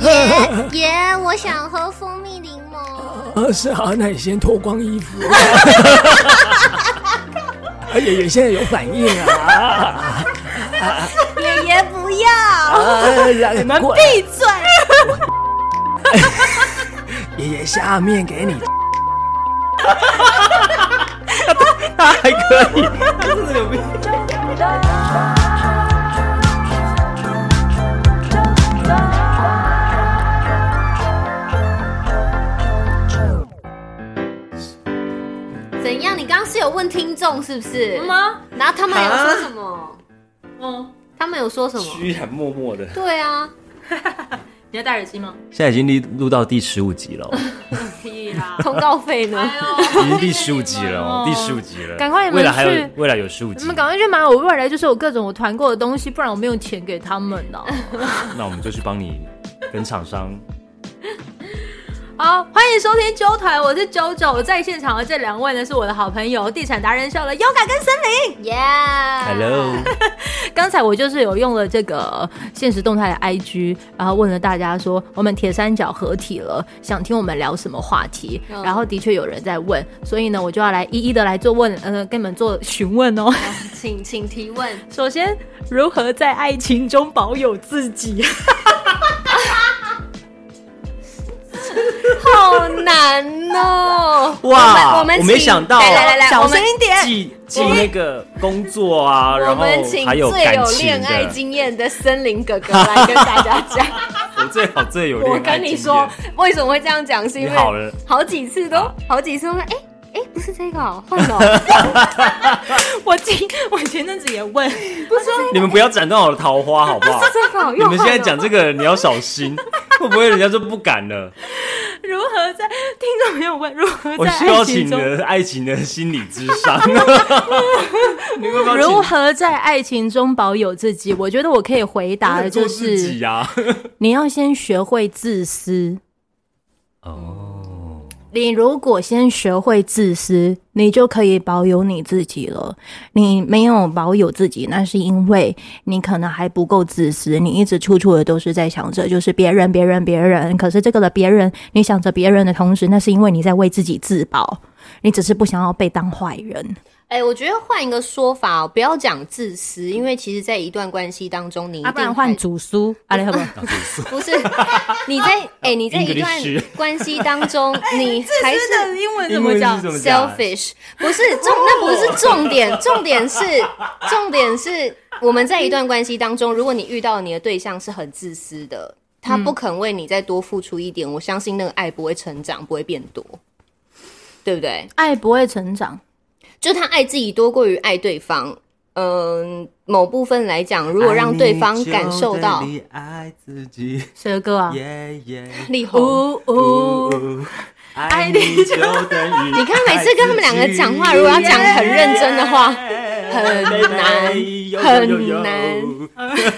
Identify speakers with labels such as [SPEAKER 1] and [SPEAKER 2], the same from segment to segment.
[SPEAKER 1] 爷爷，我想喝蜂蜜柠檬。
[SPEAKER 2] 呃，是啊，那你先脱光衣服。 而且也现在有反应啊！
[SPEAKER 1] 爷爷不要，
[SPEAKER 3] 哎
[SPEAKER 2] 啊，你们
[SPEAKER 1] 闭嘴！
[SPEAKER 2] 爷爷下面给你，
[SPEAKER 4] 他还可以，
[SPEAKER 5] 怎样？你刚刚是有问听众是不是？
[SPEAKER 6] 吗？
[SPEAKER 5] 然后他们有说什么？
[SPEAKER 6] 嗯，
[SPEAKER 5] 他们有说什么？
[SPEAKER 4] 居然默默的。
[SPEAKER 5] 对啊，
[SPEAKER 6] 你要戴耳机吗？
[SPEAKER 4] 现在已经录录到第十五集了 哦，
[SPEAKER 6] 屁
[SPEAKER 3] 啊
[SPEAKER 6] 啦！
[SPEAKER 5] 通告费呢？
[SPEAKER 6] 呦
[SPEAKER 4] 已经第十五集了哦，第十五集了。
[SPEAKER 3] 哎赶快你们
[SPEAKER 4] 未来还有
[SPEAKER 3] 去
[SPEAKER 4] 未来有十五集
[SPEAKER 3] 你们，赶快去买我未来就是有各种我团购的东西，不然我没有钱给他们呢、
[SPEAKER 4] 那我们就去帮你跟厂商。
[SPEAKER 3] 好，欢迎收听九团，我是九九，我在现场的这两位呢是我的好朋友地产达人秀的优感跟森林。
[SPEAKER 5] 耶
[SPEAKER 3] 啊
[SPEAKER 4] Hello，
[SPEAKER 3] 刚才我就是有用了这个现实动态的 IG，然后问了大家说我们铁三角合体了，想听我们聊什么话题？
[SPEAKER 5] 嗯
[SPEAKER 3] 然后的确有人在问，所以呢我就要来一一的来做问，呃，跟你们做询问 哦。
[SPEAKER 5] 请请提问。
[SPEAKER 3] 首先，如何在爱情中保有自己？
[SPEAKER 5] 好难哦！
[SPEAKER 4] 哇
[SPEAKER 5] 我们
[SPEAKER 4] 我没
[SPEAKER 5] 请
[SPEAKER 4] 想到
[SPEAKER 5] 来来来，
[SPEAKER 3] 小
[SPEAKER 5] 我们
[SPEAKER 3] 声一点。
[SPEAKER 4] 记记那个工作啊，
[SPEAKER 5] 我
[SPEAKER 4] 然后
[SPEAKER 5] 们请
[SPEAKER 4] 还有
[SPEAKER 5] 最
[SPEAKER 4] 感
[SPEAKER 5] 有
[SPEAKER 4] 情
[SPEAKER 5] 恋爱
[SPEAKER 4] 的，
[SPEAKER 5] 经验的森林哥哥来跟大家 讲。
[SPEAKER 4] 我最好最有恋爱
[SPEAKER 5] 我跟你
[SPEAKER 4] 经
[SPEAKER 5] 说
[SPEAKER 4] 验，
[SPEAKER 5] 为什么会这样讲，是因
[SPEAKER 4] 你
[SPEAKER 5] 为
[SPEAKER 4] 好了，
[SPEAKER 5] 好几次都好几次都说，哎、哎、不是这个哦，换了哦。
[SPEAKER 3] 我今我前阵子也问，
[SPEAKER 4] 你们不要斩断我的桃花好 不好？
[SPEAKER 5] 这个好
[SPEAKER 4] 你
[SPEAKER 5] 用。
[SPEAKER 4] 们现在讲这个，你要小心，会不会人家就不敢了？
[SPEAKER 3] 如何在听众朋友问如何
[SPEAKER 4] 我
[SPEAKER 3] 在
[SPEAKER 4] 需要
[SPEAKER 3] 爱
[SPEAKER 4] 请
[SPEAKER 3] 情中
[SPEAKER 4] 的爱情的心理智商。你们要不
[SPEAKER 3] 如
[SPEAKER 4] 要请
[SPEAKER 3] 何在爱情中保有自己？我觉得我可以回答的就
[SPEAKER 4] 做自己啊
[SPEAKER 3] 是，
[SPEAKER 4] 呀、
[SPEAKER 3] 你要先学会自私。
[SPEAKER 4] 哦，
[SPEAKER 3] 你如果先学会自私，你就可以保有你自己了。你没有保有自己，那是因为你可能还不够自私，你一直处处的都是在想着就是别人、别人、别人。可是这个的别人，你想着别人的同时，那是因为你在为自己自保，你只是不想要被当坏人。
[SPEAKER 5] 哎、我觉得换一个说法、哦不要讲自私，因为其实，在一段关系当中，你一
[SPEAKER 3] 啊，
[SPEAKER 5] 定
[SPEAKER 3] 不然
[SPEAKER 5] 还
[SPEAKER 3] 换主 苏，阿雷好不好？
[SPEAKER 5] 不是你在 哎、你在一段
[SPEAKER 4] English
[SPEAKER 5] 关系当中，
[SPEAKER 3] 哎
[SPEAKER 5] 你还是
[SPEAKER 3] 英文
[SPEAKER 4] 英文是怎么讲
[SPEAKER 5] selfish，不是重，那不是重点，重点是重点是我们在一段关系当中，如果你遇到你的对象是很自私的，他
[SPEAKER 3] 嗯
[SPEAKER 5] 不肯为你再多付出一点，我相信那个爱不会成长，不会变多，对不对？
[SPEAKER 3] 爱不会成长，
[SPEAKER 5] 就他爱自己多过于爱对方。嗯，某部分来讲， 如果让对方感受到
[SPEAKER 4] 你爱自己，
[SPEAKER 3] 谁的歌啊？
[SPEAKER 4] 耶耶。
[SPEAKER 5] 力宏，
[SPEAKER 3] 呜呜，
[SPEAKER 4] 爱你就等于
[SPEAKER 5] 你看每次跟他们两个讲话，如果要讲很认真的话，很难很难。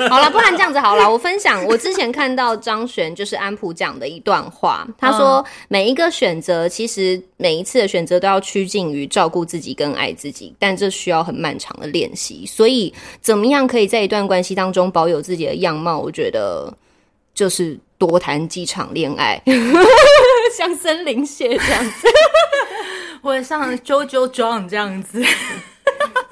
[SPEAKER 5] 好了，不然这样子好了，我分享我之前看到张璇就是安普讲的一段话，他
[SPEAKER 4] 嗯
[SPEAKER 5] 说每一个选择，其实每一次的选择都要趋近于照顾自己跟爱自己，但这需要很漫长的练习。所以，怎么样可以在一段关系当中保有自己的样貌？我觉得就是多谈几场恋 爱，像森林蟹这样子，
[SPEAKER 3] 或者像 JoJo John 这样子，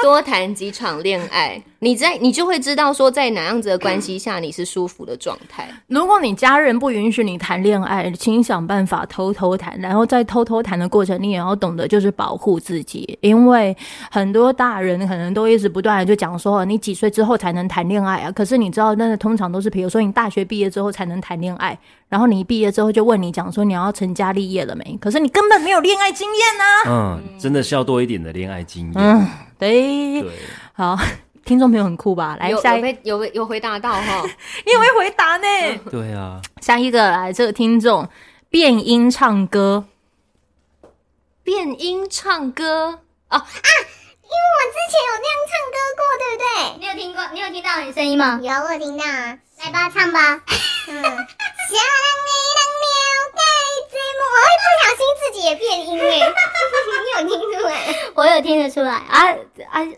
[SPEAKER 5] 多谈几场恋爱，你在你就会知道说，在哪样子的关系下你是舒服的状态。
[SPEAKER 3] 如果你家人不允许你谈恋爱，请想办法偷偷谈，然后在偷偷谈的过程，你也要懂得就是保护自己，因为很多大人可能都一直不断的就讲说，哦你几岁之后才能谈恋爱啊？可是你知道，那通常都是比如说你大学毕业之后才能谈恋爱，然后你一毕业之后就问你讲说你要成家立业了没？可是你根本没有恋爱经验呢、
[SPEAKER 4] 嗯，真的是要多一点的恋爱经验。
[SPEAKER 3] 嗯，对，
[SPEAKER 4] 对，
[SPEAKER 3] 好，听众朋友很酷吧？来
[SPEAKER 5] 有
[SPEAKER 3] 下
[SPEAKER 5] 有
[SPEAKER 3] 一，
[SPEAKER 5] 被嗯有被有回答到哈，
[SPEAKER 3] 你也会回答呢？
[SPEAKER 4] 对啊，
[SPEAKER 3] 下一个来，这个听众变音唱歌。
[SPEAKER 5] 变音唱歌哦，
[SPEAKER 1] 我之前有那样唱歌过，对不对？
[SPEAKER 7] 你有听过？你有听到你声音吗？
[SPEAKER 1] 有，我听到啊。
[SPEAKER 7] 来吧，唱吧。
[SPEAKER 1] 嗯，想让你当鸟盖子母，我会不小心自己也变音哎，你有听出来？
[SPEAKER 7] 我有听得出来啊啊！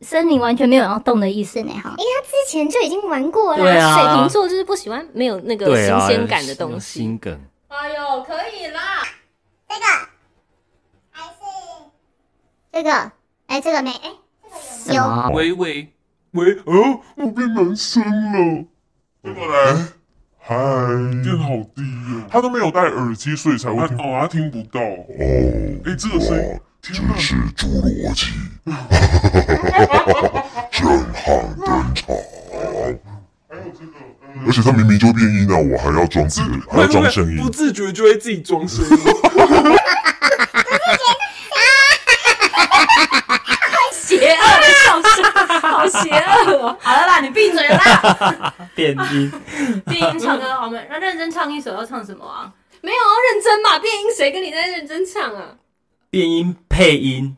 [SPEAKER 7] 森林完全没有要动的意思呢，哈。
[SPEAKER 1] 之前就已经玩过
[SPEAKER 4] 对
[SPEAKER 1] 啦。
[SPEAKER 4] 啊
[SPEAKER 5] 水瓶座就是不喜欢没有那个
[SPEAKER 4] 对
[SPEAKER 5] 新
[SPEAKER 4] 啊，
[SPEAKER 5] 鲜感的东西。
[SPEAKER 4] 心梗。
[SPEAKER 6] 哎呦，可以啦，
[SPEAKER 7] 这个，哎，这个没，哎，这个有吗。
[SPEAKER 4] 喂喂，
[SPEAKER 8] 喂，哦，我变男生了。过来，嗨，变好低哦。他都没有戴耳机，所以才会听。哦，他听不到。哦，哎，这个声音，天哪！ 呃
[SPEAKER 9] 而且他明明就变音了，我还要装自还要装声音，
[SPEAKER 8] 不自觉就会自己装声音。
[SPEAKER 3] 邪恶的笑声，好邪恶哦！
[SPEAKER 6] 好了啦，你闭嘴 啦！
[SPEAKER 4] 变音，
[SPEAKER 6] 电音唱歌，我们认真唱一首，要唱什么啊？
[SPEAKER 5] 没有啊，认真嘛，变音谁跟你在认真唱啊？
[SPEAKER 4] 变音配音，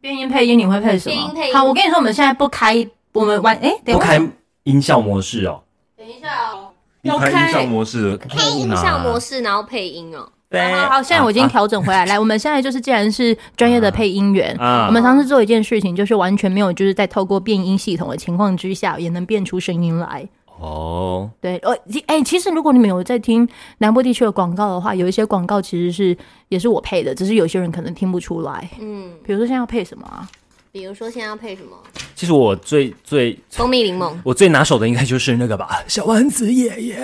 [SPEAKER 3] 变音配音你会配什么？
[SPEAKER 5] 变音配音
[SPEAKER 3] 好，我跟你说，我们现在不开，我们玩哎，等
[SPEAKER 4] 不
[SPEAKER 3] 一下
[SPEAKER 4] 开音效模式哦，
[SPEAKER 6] 等一下哦，
[SPEAKER 4] 不开音效模式，
[SPEAKER 5] 配
[SPEAKER 4] 啊
[SPEAKER 5] 音效模
[SPEAKER 4] 式。
[SPEAKER 5] 式，然后配音哦。
[SPEAKER 4] 对，
[SPEAKER 3] 好，现在我
[SPEAKER 4] 啊
[SPEAKER 3] 已经调整回 来。来，我们现在就是，既然是专业的配音员，
[SPEAKER 4] 啊
[SPEAKER 3] 我们尝试做一件事情，就是完全没有，就是在透过变音系统的情况之下，也能变出声音来。
[SPEAKER 4] 哦，
[SPEAKER 3] 对，呃，其哎、其实如果你们有在听南部地区的广告的话，有一些广告其实是也是我配的，只是有些人可能听不出来。
[SPEAKER 5] 嗯，
[SPEAKER 3] 比如说现在要配什么啊？
[SPEAKER 5] 比如说现在要配什么？
[SPEAKER 4] 其实我最最
[SPEAKER 5] 蜂蜜柠檬。
[SPEAKER 4] 我最拿手的应该就是那个 吧，
[SPEAKER 2] 小丸子爷爷，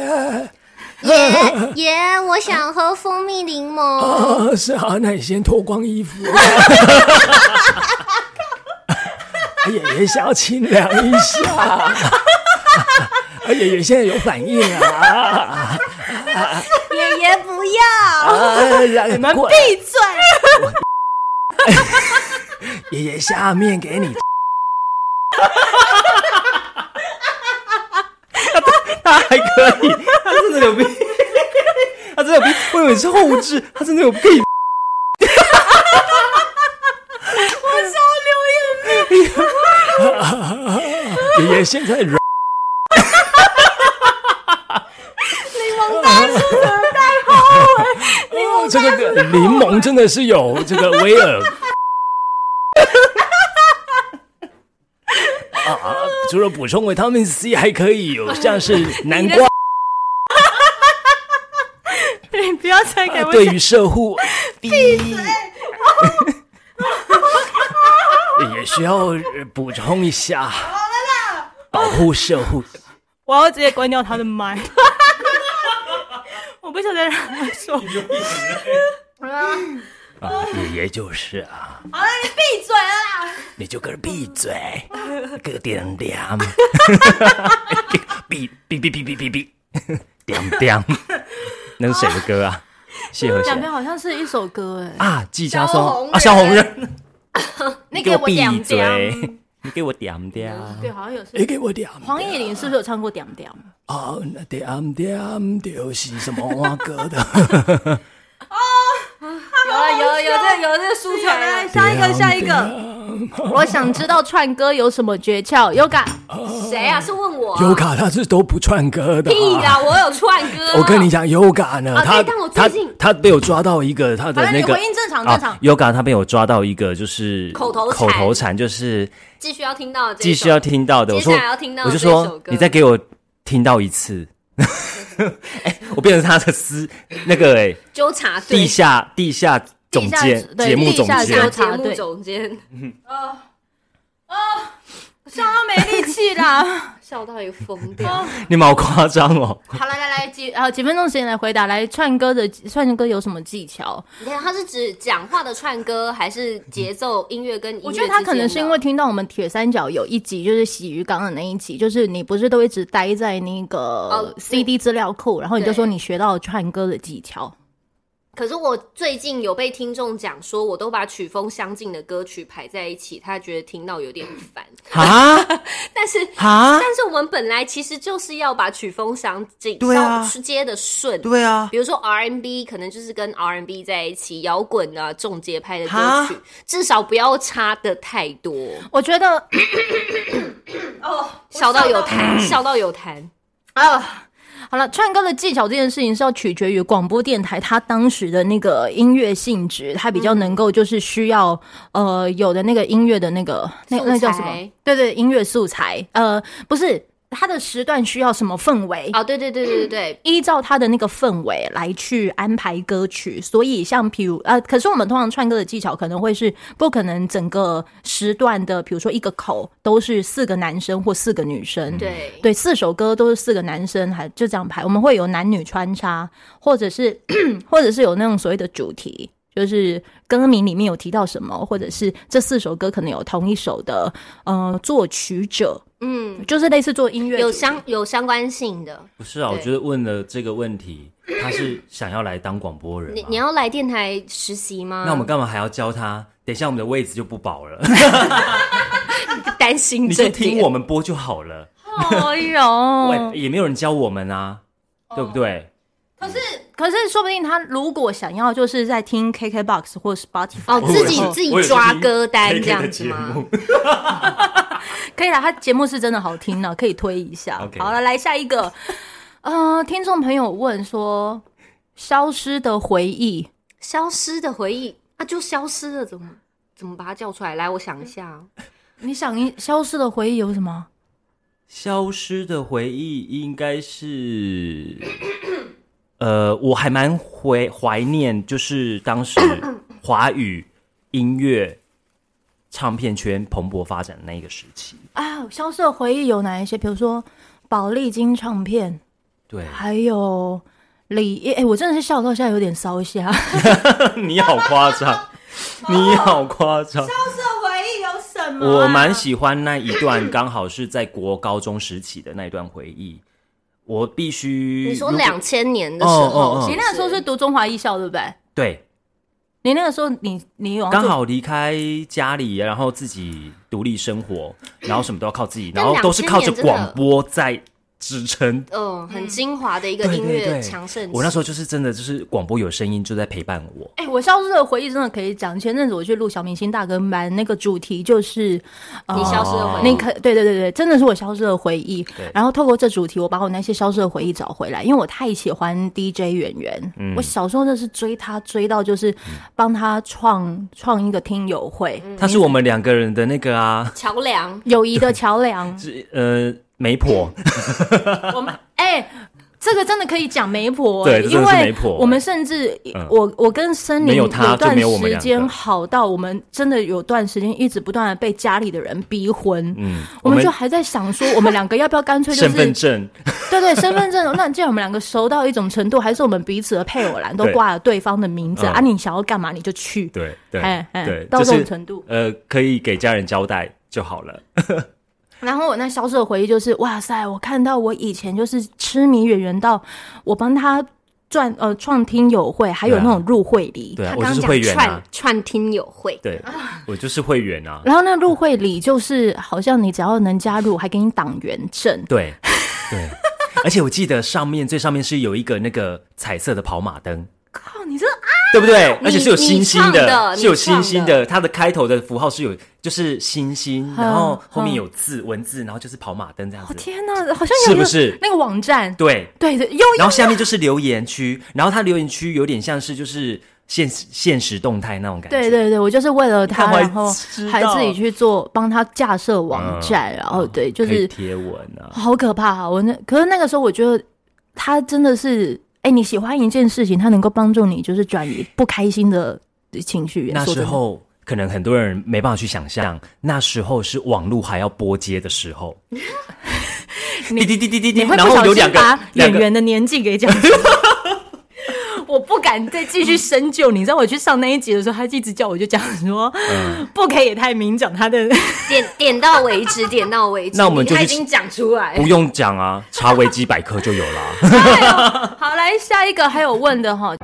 [SPEAKER 1] 爷爷，我想喝蜂蜜柠檬。
[SPEAKER 2] 啊，是啊，那你先脱光衣服。 啊爷爷想要清凉一下。 啊爷爷现在有反应 啊！
[SPEAKER 1] 爷爷不要，
[SPEAKER 2] 啊，你们
[SPEAKER 1] 闭 嘴！
[SPEAKER 2] 爷爷下面给你。
[SPEAKER 4] 他还可以，他真的有病，他真的有病，我以为是后置，他真的有病。
[SPEAKER 2] 爷爷现在软这个柠檬真的是有这个威 尔。啊啊！除了补充维他命 C，还可以有像是南瓜。
[SPEAKER 3] 你不要再
[SPEAKER 2] 啊对于社户， 也需要呃补充一下，保护社户。
[SPEAKER 3] 我要直接关掉他的麦。 我不想再让他说。
[SPEAKER 2] 啊，爷爷就是啊。好了，你闭嘴啦！你就给我闭嘴，给我点点。
[SPEAKER 4] 哔哔哔哔哔哔哔，叮叮，那是谁的歌啊？谢和
[SPEAKER 3] 两
[SPEAKER 4] 弦
[SPEAKER 3] 边好像是一首歌哎、
[SPEAKER 4] 啊，季家
[SPEAKER 5] 萧红
[SPEAKER 4] 松啊，萧红人，
[SPEAKER 3] 那
[SPEAKER 4] 你
[SPEAKER 3] 个
[SPEAKER 4] 给我闭
[SPEAKER 3] 点
[SPEAKER 4] 嘴
[SPEAKER 3] 点，，
[SPEAKER 4] 你给我点点，
[SPEAKER 3] 对，好像有
[SPEAKER 2] 你
[SPEAKER 3] 是。
[SPEAKER 2] 给我点点
[SPEAKER 3] 黄义玲是不是有唱过《点点》？
[SPEAKER 2] 啊，那点点就是什么歌的？
[SPEAKER 5] 有了，有啊了，有这有啊这输出来了。
[SPEAKER 3] 下一个，下一个。啊我想知道串歌有什么诀窍？Yoga，
[SPEAKER 5] 谁啊？是问我啊？
[SPEAKER 2] 优卡他是都不串歌的、
[SPEAKER 5] 屁
[SPEAKER 2] 啊。
[SPEAKER 5] 啦！我有串歌。
[SPEAKER 2] 我跟你，讲，优卡呢，
[SPEAKER 5] 啊
[SPEAKER 2] 他
[SPEAKER 5] 对但我最
[SPEAKER 2] 他
[SPEAKER 5] 近
[SPEAKER 2] 他被我抓到一个他的
[SPEAKER 3] 反正
[SPEAKER 4] 啊那
[SPEAKER 3] 你
[SPEAKER 4] 个
[SPEAKER 3] 回应正常，正
[SPEAKER 4] 啊
[SPEAKER 3] 常。
[SPEAKER 4] ，Yoga 他被我抓到一个就是
[SPEAKER 5] 口头
[SPEAKER 4] 口
[SPEAKER 5] 禅
[SPEAKER 4] 头禅，就是
[SPEAKER 5] 继续要听到的这一
[SPEAKER 4] 继
[SPEAKER 5] 首
[SPEAKER 4] 续要听到的。我说
[SPEAKER 5] 接下来要听到
[SPEAKER 4] 我就
[SPEAKER 5] 这首
[SPEAKER 4] 说
[SPEAKER 5] 歌
[SPEAKER 4] 你再给我听到一次。哎，我变成他的私那个哎
[SPEAKER 5] 纠察
[SPEAKER 4] 地
[SPEAKER 5] 队
[SPEAKER 4] 下地下总
[SPEAKER 3] 地下
[SPEAKER 4] 监
[SPEAKER 3] 对
[SPEAKER 4] 节目
[SPEAKER 3] 地
[SPEAKER 4] 总
[SPEAKER 3] 下
[SPEAKER 4] 监
[SPEAKER 3] 纠
[SPEAKER 5] 纠
[SPEAKER 3] 察
[SPEAKER 5] 察
[SPEAKER 3] 队
[SPEAKER 5] 队总监，
[SPEAKER 3] 上到没力气 啦。
[SPEAKER 5] 笑到一个疯掉。
[SPEAKER 4] 你们好夸张哦！
[SPEAKER 3] 好，来来来，几呃几分钟时间来回答。来串歌的串歌有什么技巧？
[SPEAKER 5] 你看，他是指讲话的串歌，还是节奏音乐跟音乐？
[SPEAKER 3] 我觉得他可能是因为。听到我们铁三角有一集就是洗鱼缸的那一集，就是你不是都一直待在那个
[SPEAKER 5] 哦对
[SPEAKER 3] CD 资料库，然后你就
[SPEAKER 5] 对
[SPEAKER 3] 说你学到了串歌的技巧。
[SPEAKER 5] 可是我最近有被听众讲说，我都把曲风相近的歌曲排在一起，他觉得听到有点烦。
[SPEAKER 4] 啊
[SPEAKER 5] 但是，
[SPEAKER 4] 啊，
[SPEAKER 5] 但是我们本来其实就是要把曲风相近，
[SPEAKER 4] 对啊
[SPEAKER 5] 稍接的顺。
[SPEAKER 4] 对啊，
[SPEAKER 5] 比如说 R N B 可能就是跟 R N B 在一起，摇滚啊、重节拍的歌
[SPEAKER 4] 哈
[SPEAKER 5] 曲，至少不要差的太多，
[SPEAKER 3] 我觉得
[SPEAKER 6] 哦，
[SPEAKER 5] 笑到有痰，笑到有痰。
[SPEAKER 3] 啊，好了，唱歌的技巧这件事情是要取决于广播电台它当时的那个音乐性质，它比较能够就是需要、呃有的那个音乐的那个那
[SPEAKER 5] 素材
[SPEAKER 3] 那叫什么？对对，音乐素材，呃，不是它的时段需要什么氛围。
[SPEAKER 5] 哦，对对对对对对，
[SPEAKER 3] 依照它的那个氛围来去安排歌曲，所以像譬如呃，可是我们通常串歌的技巧可能会是不可能整个时段的，比如说一个口都是四个男生或四个女生，
[SPEAKER 5] 对
[SPEAKER 3] 对，四首歌都是四个男生，还就这样排。我们会有男女穿插，或者是 或者是有那种所谓的主题，就是歌名里面有提到什么，或者是这四首歌可能有同一首的呃作曲者，
[SPEAKER 5] 嗯，
[SPEAKER 3] 就是类似做音乐
[SPEAKER 5] 有
[SPEAKER 3] 主
[SPEAKER 5] 相有相关性的。
[SPEAKER 4] 不是啊，我
[SPEAKER 5] 对
[SPEAKER 4] 觉得问了这个问题，他是想要来当广播人
[SPEAKER 5] 你
[SPEAKER 4] 吗
[SPEAKER 5] 你要来电台实习吗？
[SPEAKER 4] 啊那我们干嘛还要教他？等一下我们的位置就不保 了，
[SPEAKER 5] 担心
[SPEAKER 4] 你
[SPEAKER 5] 这嗯
[SPEAKER 4] 就
[SPEAKER 5] 点
[SPEAKER 4] 听我们播就好了。
[SPEAKER 3] 哎呦
[SPEAKER 4] 喂，，也没有人教我们啊，对不对？
[SPEAKER 6] 可是
[SPEAKER 3] 可是说不定他如果想要就是在听 KKBOX 或 Spotify
[SPEAKER 5] 哦，自己
[SPEAKER 3] 我也是
[SPEAKER 5] 自己抓歌单这样子吗？
[SPEAKER 3] 可以啦，他节目是真的好听啊 呢，可以推一下。
[SPEAKER 4] OK
[SPEAKER 3] 好了，来下一个。呃，听众朋友问说，《消失的回忆》
[SPEAKER 5] 消失的回忆啊，就消失了，怎么怎么把它叫出来？来，我想一下，啊
[SPEAKER 3] 你想一，《消失的回忆》有什么？
[SPEAKER 4] 消失的回忆应该是，呃，我还蛮怀怀念，就是 当时华语音乐唱片圈蓬勃发展的那个时期。
[SPEAKER 3] 啊，《消失的回忆》有哪一些？比如说宝丽金唱片，
[SPEAKER 4] 对，
[SPEAKER 3] 还有李烨。哎、我真的是笑到现在有点烧瞎。
[SPEAKER 4] 哦你好夸张， 你好夸
[SPEAKER 6] 这
[SPEAKER 4] 张。
[SPEAKER 6] 回忆有什么、啊
[SPEAKER 4] 我蛮喜欢那一段， 刚好是在国高中时期的那一段回忆。我必须
[SPEAKER 5] 你说
[SPEAKER 4] 如果
[SPEAKER 5] 两千年的时
[SPEAKER 4] 哦哦
[SPEAKER 5] 候
[SPEAKER 4] 哦，
[SPEAKER 3] 你那个时候是读中华艺校对不对？
[SPEAKER 4] 对，
[SPEAKER 3] 你那个时候你你有要
[SPEAKER 4] 刚
[SPEAKER 3] 做
[SPEAKER 4] 好离开家里，然后自己独立生活，然后什么都要靠自己，
[SPEAKER 5] 但
[SPEAKER 4] 然后都是靠着
[SPEAKER 5] 2000年真的
[SPEAKER 4] 广播在支撑。
[SPEAKER 5] 嗯，很精华的一个
[SPEAKER 4] 对
[SPEAKER 5] 音
[SPEAKER 4] 对
[SPEAKER 5] 乐
[SPEAKER 4] 对
[SPEAKER 5] 强盛期。
[SPEAKER 4] 我那时候就是真的就是广播有声音就在陪伴我。
[SPEAKER 3] 哎、我消失的回忆真的可以讲。前阵子我去录小明星大跟班，那个主题就是、呃、
[SPEAKER 5] 你消失的回忆
[SPEAKER 3] 那可对对对对，真的是我消失的回忆
[SPEAKER 4] 哦对。
[SPEAKER 3] 然后透过这主题，我把我那些消失的回忆找回来，因为我太喜欢 DJ 圆圆。
[SPEAKER 4] 嗯
[SPEAKER 3] 我小时候就是追他，追到就是帮他创创一个听友会，
[SPEAKER 4] 她是我们两个人的那个啊，
[SPEAKER 5] 桥梁，
[SPEAKER 3] 友谊的桥梁。
[SPEAKER 4] 是呃 媒婆，
[SPEAKER 3] 哎、这个真的可以讲媒婆、
[SPEAKER 4] 对
[SPEAKER 3] 哎
[SPEAKER 4] 这
[SPEAKER 3] 因
[SPEAKER 4] 真的是媒
[SPEAKER 3] 为
[SPEAKER 4] 婆
[SPEAKER 3] 我们甚至、
[SPEAKER 4] 嗯
[SPEAKER 3] 我我跟森林
[SPEAKER 4] 没有她就
[SPEAKER 3] 段
[SPEAKER 4] 没有我们
[SPEAKER 3] 时
[SPEAKER 4] 两个
[SPEAKER 3] 间好到我们真的有段时间一直不断的被家里的人逼婚。
[SPEAKER 4] 嗯，
[SPEAKER 3] 我们就还在想说，我们两个要不要干脆就
[SPEAKER 4] 身份
[SPEAKER 3] 是
[SPEAKER 4] 证，
[SPEAKER 3] 对对身份证？那 既然我们两个熟到一种程度，还是我们彼此的配偶栏都
[SPEAKER 4] 对
[SPEAKER 3] 挂了对方的名字
[SPEAKER 4] 嗯
[SPEAKER 3] 啊？你想要干嘛你就去。
[SPEAKER 4] 对对
[SPEAKER 3] 哎哎
[SPEAKER 4] 对，
[SPEAKER 3] 到
[SPEAKER 4] 就是
[SPEAKER 3] 这种程度
[SPEAKER 4] 呃，可以给家人交代就好了。
[SPEAKER 3] 然后我那消失的回忆就是，哇塞，我看到我以前就是痴迷演员到我帮他赚呃创听友会，还有
[SPEAKER 4] 对啊
[SPEAKER 3] 那种入会礼。
[SPEAKER 4] 对
[SPEAKER 5] 他刚
[SPEAKER 4] 啊，我
[SPEAKER 5] 刚
[SPEAKER 4] 就是
[SPEAKER 5] 讲
[SPEAKER 4] 会员啊
[SPEAKER 5] 串，串听友会，
[SPEAKER 4] 对我就是会员啊，
[SPEAKER 3] 然后那入会礼就是，好像你只要能加入，还给你党员证。
[SPEAKER 4] 对对， 而且我记得上面最上面是有一个那个彩色的跑马灯，
[SPEAKER 3] 靠，你这哦
[SPEAKER 4] 对不对？而且是有星星
[SPEAKER 5] 你唱的
[SPEAKER 4] 是有
[SPEAKER 5] 你唱
[SPEAKER 4] 星
[SPEAKER 5] 的
[SPEAKER 4] 星的。它的开头的符号是有，就是星星，然后后
[SPEAKER 3] 嗯
[SPEAKER 4] 面
[SPEAKER 3] 哦
[SPEAKER 4] 有字文字，然后就是跑马灯这样子。
[SPEAKER 3] 天哪，好像有
[SPEAKER 4] 是
[SPEAKER 3] 一
[SPEAKER 4] 不
[SPEAKER 3] 个
[SPEAKER 4] 是
[SPEAKER 3] 那个哦网站？
[SPEAKER 4] 对，
[SPEAKER 3] 对对，又
[SPEAKER 4] 然后下面就是留言区，然后它留言区有点像是就是现实现实动态那种感觉。
[SPEAKER 3] 对对对，我就是为了他，
[SPEAKER 4] 看我还
[SPEAKER 3] 然后
[SPEAKER 4] 知
[SPEAKER 3] 还
[SPEAKER 4] 道
[SPEAKER 3] 自己去做帮他架设网站，然后对，就
[SPEAKER 4] 嗯可以
[SPEAKER 3] 是
[SPEAKER 4] 贴文啊。
[SPEAKER 3] 好可怕、啊！我那可是那个时候，我觉得他真的是，哎、你喜欢一件事情，他能够帮助你，就是转移不开心的情绪。
[SPEAKER 4] 那
[SPEAKER 3] 说真
[SPEAKER 4] 时
[SPEAKER 3] 的，
[SPEAKER 4] 候可能很多人没办法去想象，那时候是网络还要拨接的时候。滴滴滴滴滴滴，
[SPEAKER 3] 你会
[SPEAKER 4] 然
[SPEAKER 3] 不
[SPEAKER 4] 后
[SPEAKER 3] 小
[SPEAKER 4] 有两
[SPEAKER 3] 心
[SPEAKER 4] 个
[SPEAKER 3] 把演
[SPEAKER 4] 两个
[SPEAKER 3] 员的年纪给讲 出来。我不敢再继续深究，你知道我去上那一集的时候，他一直叫我就讲说，
[SPEAKER 4] 嗯
[SPEAKER 3] 不可以也太明讲他的，
[SPEAKER 5] 点点到为 止，点到为止。
[SPEAKER 4] 那我们就
[SPEAKER 5] 他
[SPEAKER 4] 去
[SPEAKER 5] 已经讲出来
[SPEAKER 4] 不，用讲啊，查维基百科就有啊啦。
[SPEAKER 3] 好，来下一个还有问的哈，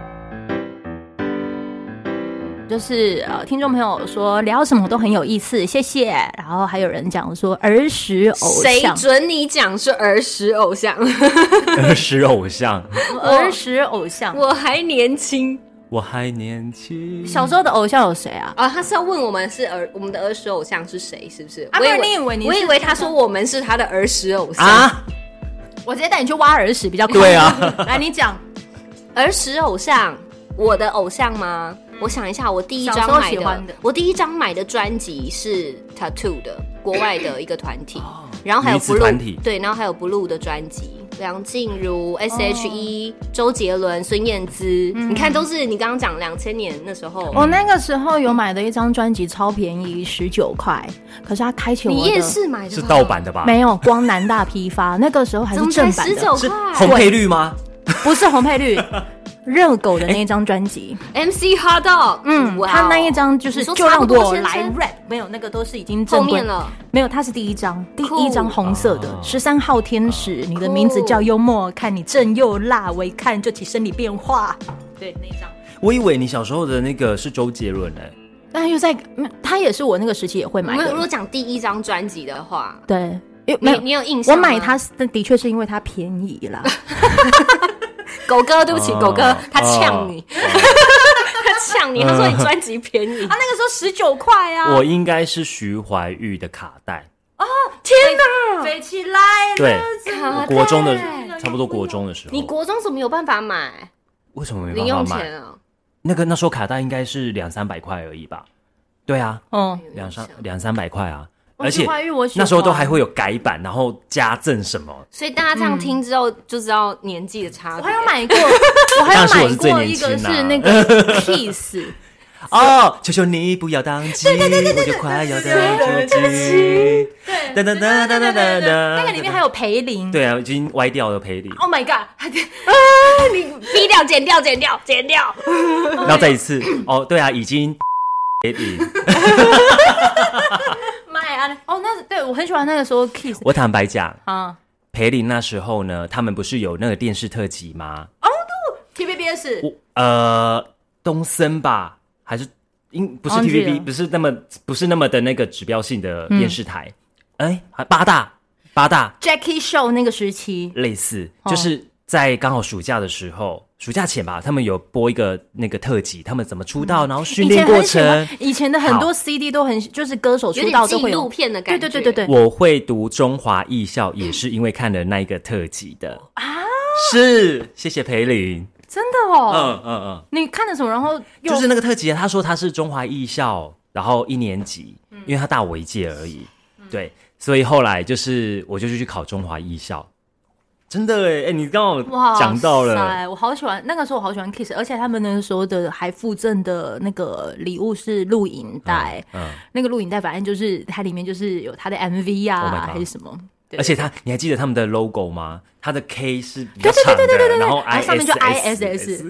[SPEAKER 3] 就是呃，听众朋友说聊什么都很有意思，谢谢。然后还有人讲说儿时偶
[SPEAKER 5] 谁
[SPEAKER 3] 像，
[SPEAKER 5] 准你讲是儿时偶像？
[SPEAKER 4] 儿 时偶像，
[SPEAKER 3] 儿时偶像，
[SPEAKER 5] 我还年轻
[SPEAKER 4] 我还年轻。
[SPEAKER 3] 小时候的偶像有谁啊？
[SPEAKER 5] 啊！他是要问我们是儿我们的儿时偶像是谁，是不是？
[SPEAKER 3] 啊
[SPEAKER 5] 我以
[SPEAKER 3] 不然
[SPEAKER 5] 为
[SPEAKER 3] 你以为你是
[SPEAKER 5] 我以为他说我们是他的儿时偶像，
[SPEAKER 4] 啊，
[SPEAKER 3] 我直接带你去挖耳屎比较快。
[SPEAKER 4] 对啊，
[SPEAKER 3] 来你讲，
[SPEAKER 5] 儿时偶像，我的偶像吗？我想一下，我第一张
[SPEAKER 3] 嗯小
[SPEAKER 5] 买
[SPEAKER 3] 时候喜欢的
[SPEAKER 5] 我第一张买的专辑是 Tattoo 的，国外的一个团体，
[SPEAKER 3] 哦
[SPEAKER 5] 然后还有
[SPEAKER 4] 女子
[SPEAKER 5] Blue
[SPEAKER 4] 团体
[SPEAKER 5] 对，然后还有 Blue 的专辑，梁静茹、S.H.E、周杰伦、孙燕姿，
[SPEAKER 3] 嗯
[SPEAKER 5] 你看都是你刚刚讲两千年那时候，
[SPEAKER 3] 我那个时候有买的一张专辑，超便宜，十九块，可是它开启我的
[SPEAKER 5] 你夜市买的
[SPEAKER 4] 是
[SPEAKER 5] 吧
[SPEAKER 4] 盗版的吧？
[SPEAKER 3] 没有光南大批发，那个时候还
[SPEAKER 5] 怎
[SPEAKER 3] 是
[SPEAKER 5] 么才
[SPEAKER 3] 正版
[SPEAKER 5] 十
[SPEAKER 3] 的
[SPEAKER 5] 九，
[SPEAKER 4] 是
[SPEAKER 5] 块
[SPEAKER 4] 红配绿吗？
[SPEAKER 3] 不是红配绿。热狗的那一张专辑，
[SPEAKER 5] ？MC Hot Dog，
[SPEAKER 3] 嗯，
[SPEAKER 5] 哇哦
[SPEAKER 3] 他那一张就
[SPEAKER 5] 你
[SPEAKER 3] 是
[SPEAKER 5] 说
[SPEAKER 3] 就
[SPEAKER 5] 差不
[SPEAKER 3] 让
[SPEAKER 5] 多
[SPEAKER 3] 我
[SPEAKER 5] 先
[SPEAKER 3] 来
[SPEAKER 5] 生
[SPEAKER 3] rap，没有那个都是已经
[SPEAKER 5] 后
[SPEAKER 3] 正规
[SPEAKER 5] 面了，
[SPEAKER 3] 没有，它是第一张，第一张
[SPEAKER 5] 酷
[SPEAKER 3] 红色的十三号天使，你的名字叫幽默，看你正又辣，我一看就起生理变化。对，那一张。
[SPEAKER 4] 我以为你小时候的那个是周杰伦哎，
[SPEAKER 3] 但又在，嗯他也是我那个时期也会
[SPEAKER 5] 我
[SPEAKER 3] 买
[SPEAKER 5] 们如果
[SPEAKER 3] 的。
[SPEAKER 5] 讲第一张专辑的话，
[SPEAKER 3] 对，因
[SPEAKER 5] 你
[SPEAKER 3] 为没有
[SPEAKER 5] 你有印象
[SPEAKER 3] 我
[SPEAKER 5] 吗
[SPEAKER 3] 买它是的确是因为它便宜啦。
[SPEAKER 5] 狗哥，对不起，
[SPEAKER 4] 哦
[SPEAKER 5] 狗哥
[SPEAKER 4] 哦，
[SPEAKER 5] 他呛你， 他呛你，他说你专辑便宜。
[SPEAKER 3] 那个时候十九块啊
[SPEAKER 4] 我应该是徐怀钰的卡带，
[SPEAKER 5] 啊
[SPEAKER 6] 飞起
[SPEAKER 3] 哎
[SPEAKER 6] 来了，
[SPEAKER 4] 对，
[SPEAKER 5] 卡带
[SPEAKER 4] 国中的差不多国中的时候，
[SPEAKER 5] 啊你国中怎么有办法买
[SPEAKER 4] 为什么没
[SPEAKER 5] 零
[SPEAKER 4] 办
[SPEAKER 5] 用
[SPEAKER 4] 法买？
[SPEAKER 5] 钱啊？
[SPEAKER 4] 那个那时候卡带应该是两三百块而已吧？对啊，
[SPEAKER 3] 嗯，
[SPEAKER 4] 两三两三百块啊，
[SPEAKER 3] 我
[SPEAKER 4] 而且
[SPEAKER 3] 喜欢因为我喜欢
[SPEAKER 4] 那时候都还会有改版，然后加赠什么，
[SPEAKER 5] 所以大家这样听之后就知道年纪的差
[SPEAKER 3] 我
[SPEAKER 5] 别。
[SPEAKER 3] 还有 买过，我还有
[SPEAKER 4] 当时我
[SPEAKER 3] 买
[SPEAKER 4] 是最
[SPEAKER 3] 过
[SPEAKER 4] 年
[SPEAKER 3] 一个
[SPEAKER 4] 轻的啊
[SPEAKER 3] 是那个 Kiss，
[SPEAKER 4] 哦，求求你不要当机，我就快要当机。
[SPEAKER 6] 对，
[SPEAKER 4] 哒哒哒哒哒哒哒，
[SPEAKER 3] 那个里面还有裴林。
[SPEAKER 4] 对啊，已经歪掉了赔礼，
[SPEAKER 3] ，Oh my god！
[SPEAKER 5] 逼掉、剪掉、剪掉、剪掉。
[SPEAKER 4] 然后再一次哦，对啊，已经赔礼。
[SPEAKER 6] 买啊，
[SPEAKER 3] 哦，那对我很喜欢那个时候 Kiss
[SPEAKER 4] 我坦白讲，
[SPEAKER 3] 啊
[SPEAKER 4] 培林那时候呢，他们不是有那个电视特辑吗？
[SPEAKER 6] ，TVBS
[SPEAKER 4] 我呃，东森吧，还是应不是
[SPEAKER 3] 忘记
[SPEAKER 4] TVB，
[SPEAKER 3] 了
[SPEAKER 4] 不是那么不是那么的那个指标性的电视台，哎、还八大八大
[SPEAKER 3] ，Jackie Show 那个时期，
[SPEAKER 4] 类似，
[SPEAKER 3] 哦
[SPEAKER 4] 就是在刚好暑假的时候，暑假前吧，他们有播一个那个特辑，他们怎么出道，然后训
[SPEAKER 3] 嗯以
[SPEAKER 4] 练
[SPEAKER 3] 前
[SPEAKER 4] 过
[SPEAKER 3] 很喜
[SPEAKER 4] 程
[SPEAKER 3] 欢，，以前的很多 CD 都很就是歌手出道都
[SPEAKER 5] 有点纪
[SPEAKER 3] 会有
[SPEAKER 5] 录片的感
[SPEAKER 3] 对
[SPEAKER 5] 觉
[SPEAKER 3] 对对对对，
[SPEAKER 4] 我会读中华艺校，也是因为看了那一个特辑的啊。是，谢谢培林。
[SPEAKER 3] 真的哦。
[SPEAKER 4] 嗯嗯嗯，
[SPEAKER 3] 你看了什么？然后又
[SPEAKER 4] 就是那个特辑啊，他说他是中华艺校，然后一年级，
[SPEAKER 3] 嗯
[SPEAKER 4] 因为他大我一届而已。对，所以后来就是我就去考中华艺校。真的哎，哎，你刚好讲到了，
[SPEAKER 3] 塞我好喜欢那个时候，我好喜欢 Kiss，而且他们那个时候的还附赠的那个礼物是录影带，
[SPEAKER 4] 嗯，
[SPEAKER 3] 那个录影带反正就是它里面就是有他的 MV 啊
[SPEAKER 4] Oh my god
[SPEAKER 3] 还是什么，对
[SPEAKER 4] 而且他，你还记得他们的 logo 吗？它的 K 是比较长的，
[SPEAKER 3] 对对对对对对对
[SPEAKER 4] 然后
[SPEAKER 3] 然
[SPEAKER 4] I
[SPEAKER 3] 后上面就 ISS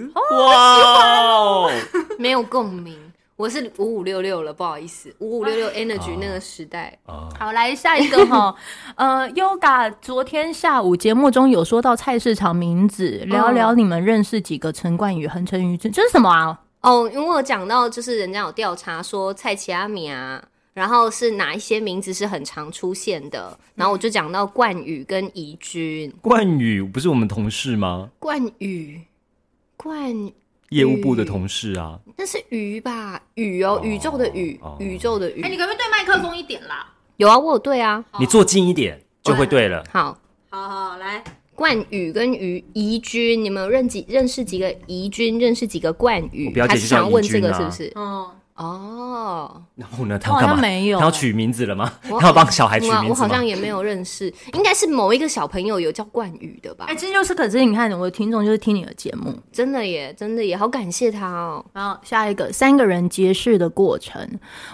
[SPEAKER 4] 哇哦，
[SPEAKER 5] 没有共鸣。我是五五六六了，不好意思，五五六六 Energy 那个时代，
[SPEAKER 3] 好，来下一个哈， 呃，Yoga 昨天下午节目中有说到菜市场名字，聊聊你们认识几个陈冠宇、恒成宇，这这是什么啊？
[SPEAKER 5] 哦，因为我讲到就是人家有调查说蔡奇阿米啊，然后是哪一些名字是很常出现的，然后我就讲到冠宇跟怡君，
[SPEAKER 4] 冠宇不是我们同事吗？
[SPEAKER 5] 冠宇，冠
[SPEAKER 4] 业务部的同事啊，
[SPEAKER 3] 嗯
[SPEAKER 5] 那是宇吧？宇哦，宇宙的宇
[SPEAKER 4] 哦，
[SPEAKER 5] 宇宙的宇
[SPEAKER 6] 哎，。你可不可以对麦克风一点啦？
[SPEAKER 5] 有啊，我有对啊。
[SPEAKER 4] 你坐近一点就会对
[SPEAKER 3] 哦
[SPEAKER 4] 了。
[SPEAKER 5] 好，
[SPEAKER 6] 好好来，
[SPEAKER 5] 冠宇跟于怡君，你们有认几认识几个怡君，认识几个冠宇
[SPEAKER 4] 我？表姐
[SPEAKER 5] 他
[SPEAKER 4] 就是叫
[SPEAKER 5] 想要问
[SPEAKER 4] 怡
[SPEAKER 5] 这
[SPEAKER 4] 君
[SPEAKER 5] 个
[SPEAKER 4] 啊
[SPEAKER 5] 是不是？
[SPEAKER 6] 嗯，
[SPEAKER 5] 哦，
[SPEAKER 4] 然后呢，他
[SPEAKER 3] 好
[SPEAKER 4] 要
[SPEAKER 3] 像
[SPEAKER 4] 干嘛？
[SPEAKER 3] 没有
[SPEAKER 4] 他要取名字了吗？
[SPEAKER 5] 我
[SPEAKER 4] 他要帮小孩取名字吗？
[SPEAKER 5] 我好像也没有认识，应该是某一个小朋友有叫冠宇的吧
[SPEAKER 3] 哎、？这就是可是你看，我的听众就是听你的节目。
[SPEAKER 5] 真的耶，真的耶，好感谢他哦。
[SPEAKER 3] 然后下一个三个人结识的过程，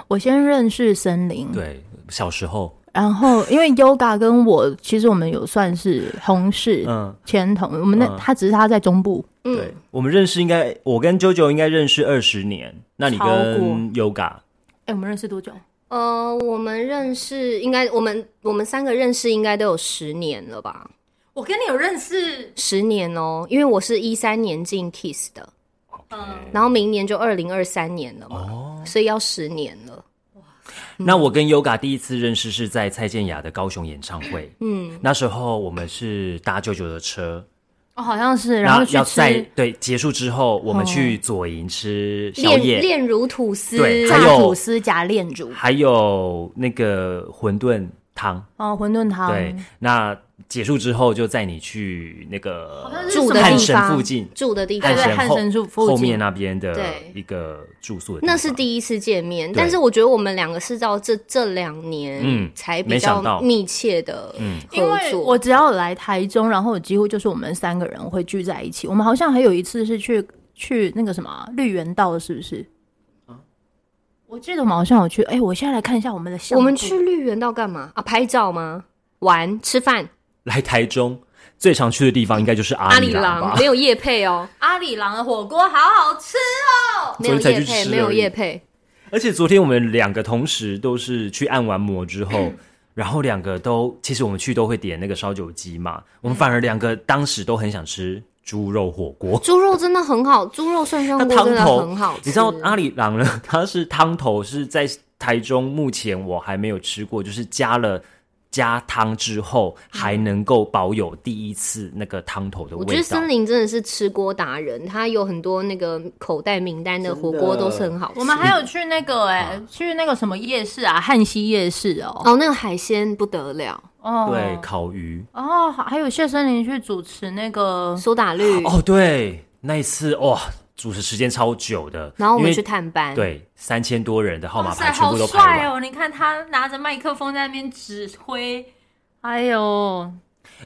[SPEAKER 3] 我先认识森林，，
[SPEAKER 4] 对小时候，
[SPEAKER 3] 然后 因为 Yoga 跟我其实我们有算是同事，
[SPEAKER 4] 嗯，
[SPEAKER 3] 前同我们那、
[SPEAKER 4] 嗯
[SPEAKER 3] 他只是他在中部，
[SPEAKER 5] 嗯
[SPEAKER 4] 对，我们认识应该，我跟 JoJo 应该认识二十年，那你
[SPEAKER 3] 超过
[SPEAKER 4] 跟 Yoga
[SPEAKER 3] 哎、我们认识多久？
[SPEAKER 5] 呃，我们认识应该，我们我们三个认识应该都有十年了吧？
[SPEAKER 6] 我跟你有认识，
[SPEAKER 5] 十年哦，因为我是一三年进 Kiss 的，
[SPEAKER 6] 嗯，
[SPEAKER 5] 然后明年就二零二三年了嘛，
[SPEAKER 4] 哦
[SPEAKER 5] 所以要十年了。
[SPEAKER 3] 嗯
[SPEAKER 4] 那我跟 Yoga 第一次认识是在蔡健雅的高雄演唱会，
[SPEAKER 5] 嗯，
[SPEAKER 4] 那时候我们是搭舅舅的车，
[SPEAKER 3] 哦，好像是，
[SPEAKER 4] 然
[SPEAKER 3] 然
[SPEAKER 4] 后
[SPEAKER 3] 后去
[SPEAKER 4] 要在
[SPEAKER 3] 吃
[SPEAKER 4] 对结束之后，我们去左营吃宵
[SPEAKER 5] 炼
[SPEAKER 4] 夜，
[SPEAKER 5] 炼乳吐司，
[SPEAKER 4] 对
[SPEAKER 3] 炸
[SPEAKER 4] 还有
[SPEAKER 3] 吐司夹炼乳，
[SPEAKER 4] 还有那个馄饨汤，
[SPEAKER 3] 哦，馄饨汤，
[SPEAKER 4] 对，那结束之后就载你去那个
[SPEAKER 6] 像是
[SPEAKER 5] 住的
[SPEAKER 4] 汉
[SPEAKER 5] 地
[SPEAKER 4] 神
[SPEAKER 5] 方
[SPEAKER 4] 附近，
[SPEAKER 5] 住的地方
[SPEAKER 4] 汉
[SPEAKER 3] 对对
[SPEAKER 4] 神
[SPEAKER 3] 汉
[SPEAKER 4] 后
[SPEAKER 3] 神住附
[SPEAKER 4] 后
[SPEAKER 3] 近
[SPEAKER 4] 面那边的
[SPEAKER 5] 对
[SPEAKER 4] 一个住宿的地方，
[SPEAKER 5] 那是第一次见面，
[SPEAKER 4] 对
[SPEAKER 5] 但是我觉得我们两个是到这这两年，
[SPEAKER 4] 嗯
[SPEAKER 5] 才比
[SPEAKER 4] 没想
[SPEAKER 5] 较
[SPEAKER 4] 到
[SPEAKER 5] 密切的
[SPEAKER 4] 嗯
[SPEAKER 3] 因
[SPEAKER 5] 合
[SPEAKER 3] 为
[SPEAKER 5] 作。
[SPEAKER 3] 我只要来台中，然后几乎就是我们三个人会聚在一起。我们好像还有一次是去去那个什么啊绿园道，是不是？我记得我们好像有去。哎、我现在来看一下我们的相簿。
[SPEAKER 5] 我们去绿园道干嘛啊？拍照吗？玩、吃饭、
[SPEAKER 4] 来台中最常去的地方应该就是阿
[SPEAKER 5] 阿
[SPEAKER 4] 里
[SPEAKER 5] 里
[SPEAKER 4] 郎
[SPEAKER 5] 郎
[SPEAKER 4] 吧
[SPEAKER 5] 没。有夜配 哦，
[SPEAKER 6] 阿里郎的火锅好好吃哦，
[SPEAKER 5] 没有
[SPEAKER 4] 所以才
[SPEAKER 5] 夜
[SPEAKER 4] 去
[SPEAKER 5] 配，
[SPEAKER 4] 吃
[SPEAKER 5] 没有
[SPEAKER 4] 而已
[SPEAKER 5] 夜配，
[SPEAKER 4] 而且昨天我们两个同时都是去按完摩 之后，然后两个都其实我们去都会点那个烧酒鸡嘛，我们反而两个当时都很想吃猪肉火锅。
[SPEAKER 5] 猪肉真的很好，猪肉涮香
[SPEAKER 4] 它
[SPEAKER 5] 锅
[SPEAKER 4] 汤
[SPEAKER 5] 真的
[SPEAKER 4] 头
[SPEAKER 5] 很好吃。
[SPEAKER 4] 你知道阿里郎呢？它是汤头是在台中目前我还没有吃过，就是加了。加汤之后还能够保有第一次那个汤头的
[SPEAKER 5] 我
[SPEAKER 4] 味道，
[SPEAKER 5] 觉得森林真的是吃锅达人，他有很多那个口袋名单的火锅都是很好吃。
[SPEAKER 3] 我们还有去那个哎、
[SPEAKER 6] 啊
[SPEAKER 3] 去那个什么夜市啊，汉西夜市哦。
[SPEAKER 5] 哦，那个海鲜不得了，
[SPEAKER 3] 哦，
[SPEAKER 4] 对烤鱼
[SPEAKER 3] 哦，还有谢森林去主持那个，
[SPEAKER 5] 苏打绿，
[SPEAKER 4] 哦，对，那一次哇，主持时间超久的，
[SPEAKER 5] 然后我
[SPEAKER 4] 因
[SPEAKER 5] 们
[SPEAKER 4] 为
[SPEAKER 5] 去探班，，
[SPEAKER 4] 对，三千多人的号
[SPEAKER 6] 哇
[SPEAKER 4] 码
[SPEAKER 6] 塞，
[SPEAKER 4] 牌全
[SPEAKER 6] 好
[SPEAKER 4] 部都排
[SPEAKER 6] 帅
[SPEAKER 4] 完。哎、
[SPEAKER 6] 哦！你看他拿着麦克风在那边指挥，
[SPEAKER 3] 哎呦，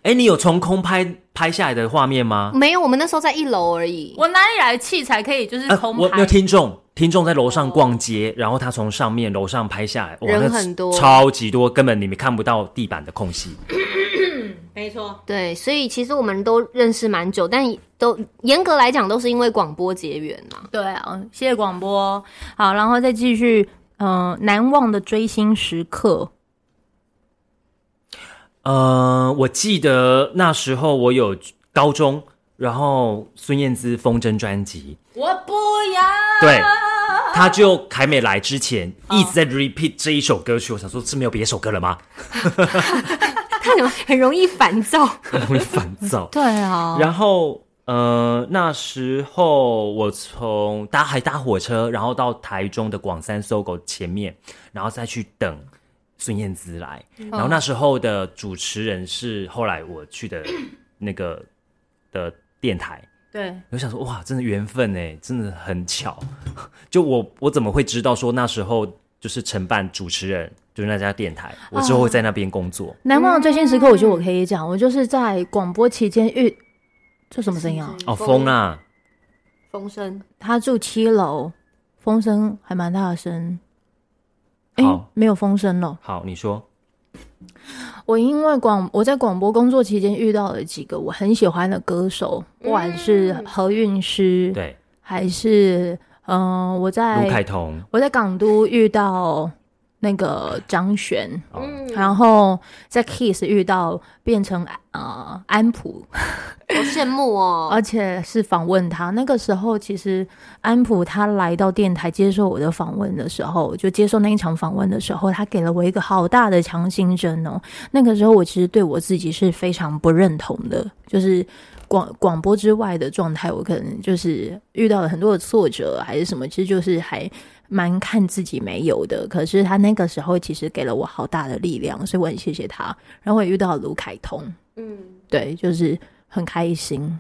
[SPEAKER 4] 哎你有从空拍拍下来的画面吗？
[SPEAKER 5] 没有，我们那时候在一楼而已。
[SPEAKER 3] 我哪里来气才可以就是
[SPEAKER 4] 呃
[SPEAKER 3] 空
[SPEAKER 4] 我
[SPEAKER 3] 拍？
[SPEAKER 4] 那听众，听众在楼上逛街，然后他从上面楼上拍下来，哇，
[SPEAKER 5] 人
[SPEAKER 4] 那
[SPEAKER 5] 很多
[SPEAKER 4] 超级多，根本你们看不到地板的空隙。
[SPEAKER 6] 没错，
[SPEAKER 5] 对，所以其实我们都认识蛮久，但都严格来讲都是因为广播结缘啦。
[SPEAKER 3] 对啊，谢谢广播。好，然后再继续，嗯、难忘的追星时刻。
[SPEAKER 4] 呃，我记得那时候我有高中，然后孙燕姿《风筝》专辑，
[SPEAKER 6] 我不要。
[SPEAKER 4] 对，他就还没来之前一直在 repeat 这一首歌曲，我想说是没有别首歌了吗？
[SPEAKER 5] 他怎么 很容易烦躁？
[SPEAKER 4] 很容易烦躁。
[SPEAKER 3] 对啊，
[SPEAKER 4] 然后呃，那时候我从搭还搭火车，然后到台中的广三搜狗前面，然后再去等孙燕姿来。然后那时候的主持人是后来我去的那个的电台。
[SPEAKER 3] 对，
[SPEAKER 4] 我想说，哇，真的缘分哎，真的很巧。就我我怎么会知道说那时候就是承办主持人就是那家电台，我之后会在那边工作。
[SPEAKER 3] 难忘的追星时刻，我觉得我可以讲，我就是在广播期间遇，这什么声
[SPEAKER 6] 嗯
[SPEAKER 3] 音啊？
[SPEAKER 4] 哦，风啊，
[SPEAKER 5] 嗯风声，
[SPEAKER 3] 他住七楼，风声还蛮大的声。哎
[SPEAKER 4] 好，
[SPEAKER 3] 没有风声了。
[SPEAKER 4] 好，你说，
[SPEAKER 3] 我因为广我在广播工作期间遇到了几个我很喜欢的歌手，不管是何韵诗，，
[SPEAKER 4] 嗯对，
[SPEAKER 3] 还是嗯、呃我
[SPEAKER 4] 卢凯
[SPEAKER 3] 在
[SPEAKER 4] 彤，
[SPEAKER 3] 我在港都遇到那个张悬，
[SPEAKER 4] 哦，
[SPEAKER 3] 然后在 Kiss 遇到变成呃安普，
[SPEAKER 5] 好羡慕哦。
[SPEAKER 3] 而且是访问他。那个时候，其实安普他来到电台接受我的访问的时候，就接受那一场访问的时候，他给了我一个好大的强心针哦。那个时候，我其实对我自己是非常不认同的，就是广广播之外的状态，我可能就是遇到了很多的挫折还是什么，其实就是还。蛮看自己没有的，可是他那个时候其实给了我好大的力量，所以我很谢谢他。然后我也遇到了卢凯彤，
[SPEAKER 5] 嗯，
[SPEAKER 3] 对，就是很开心。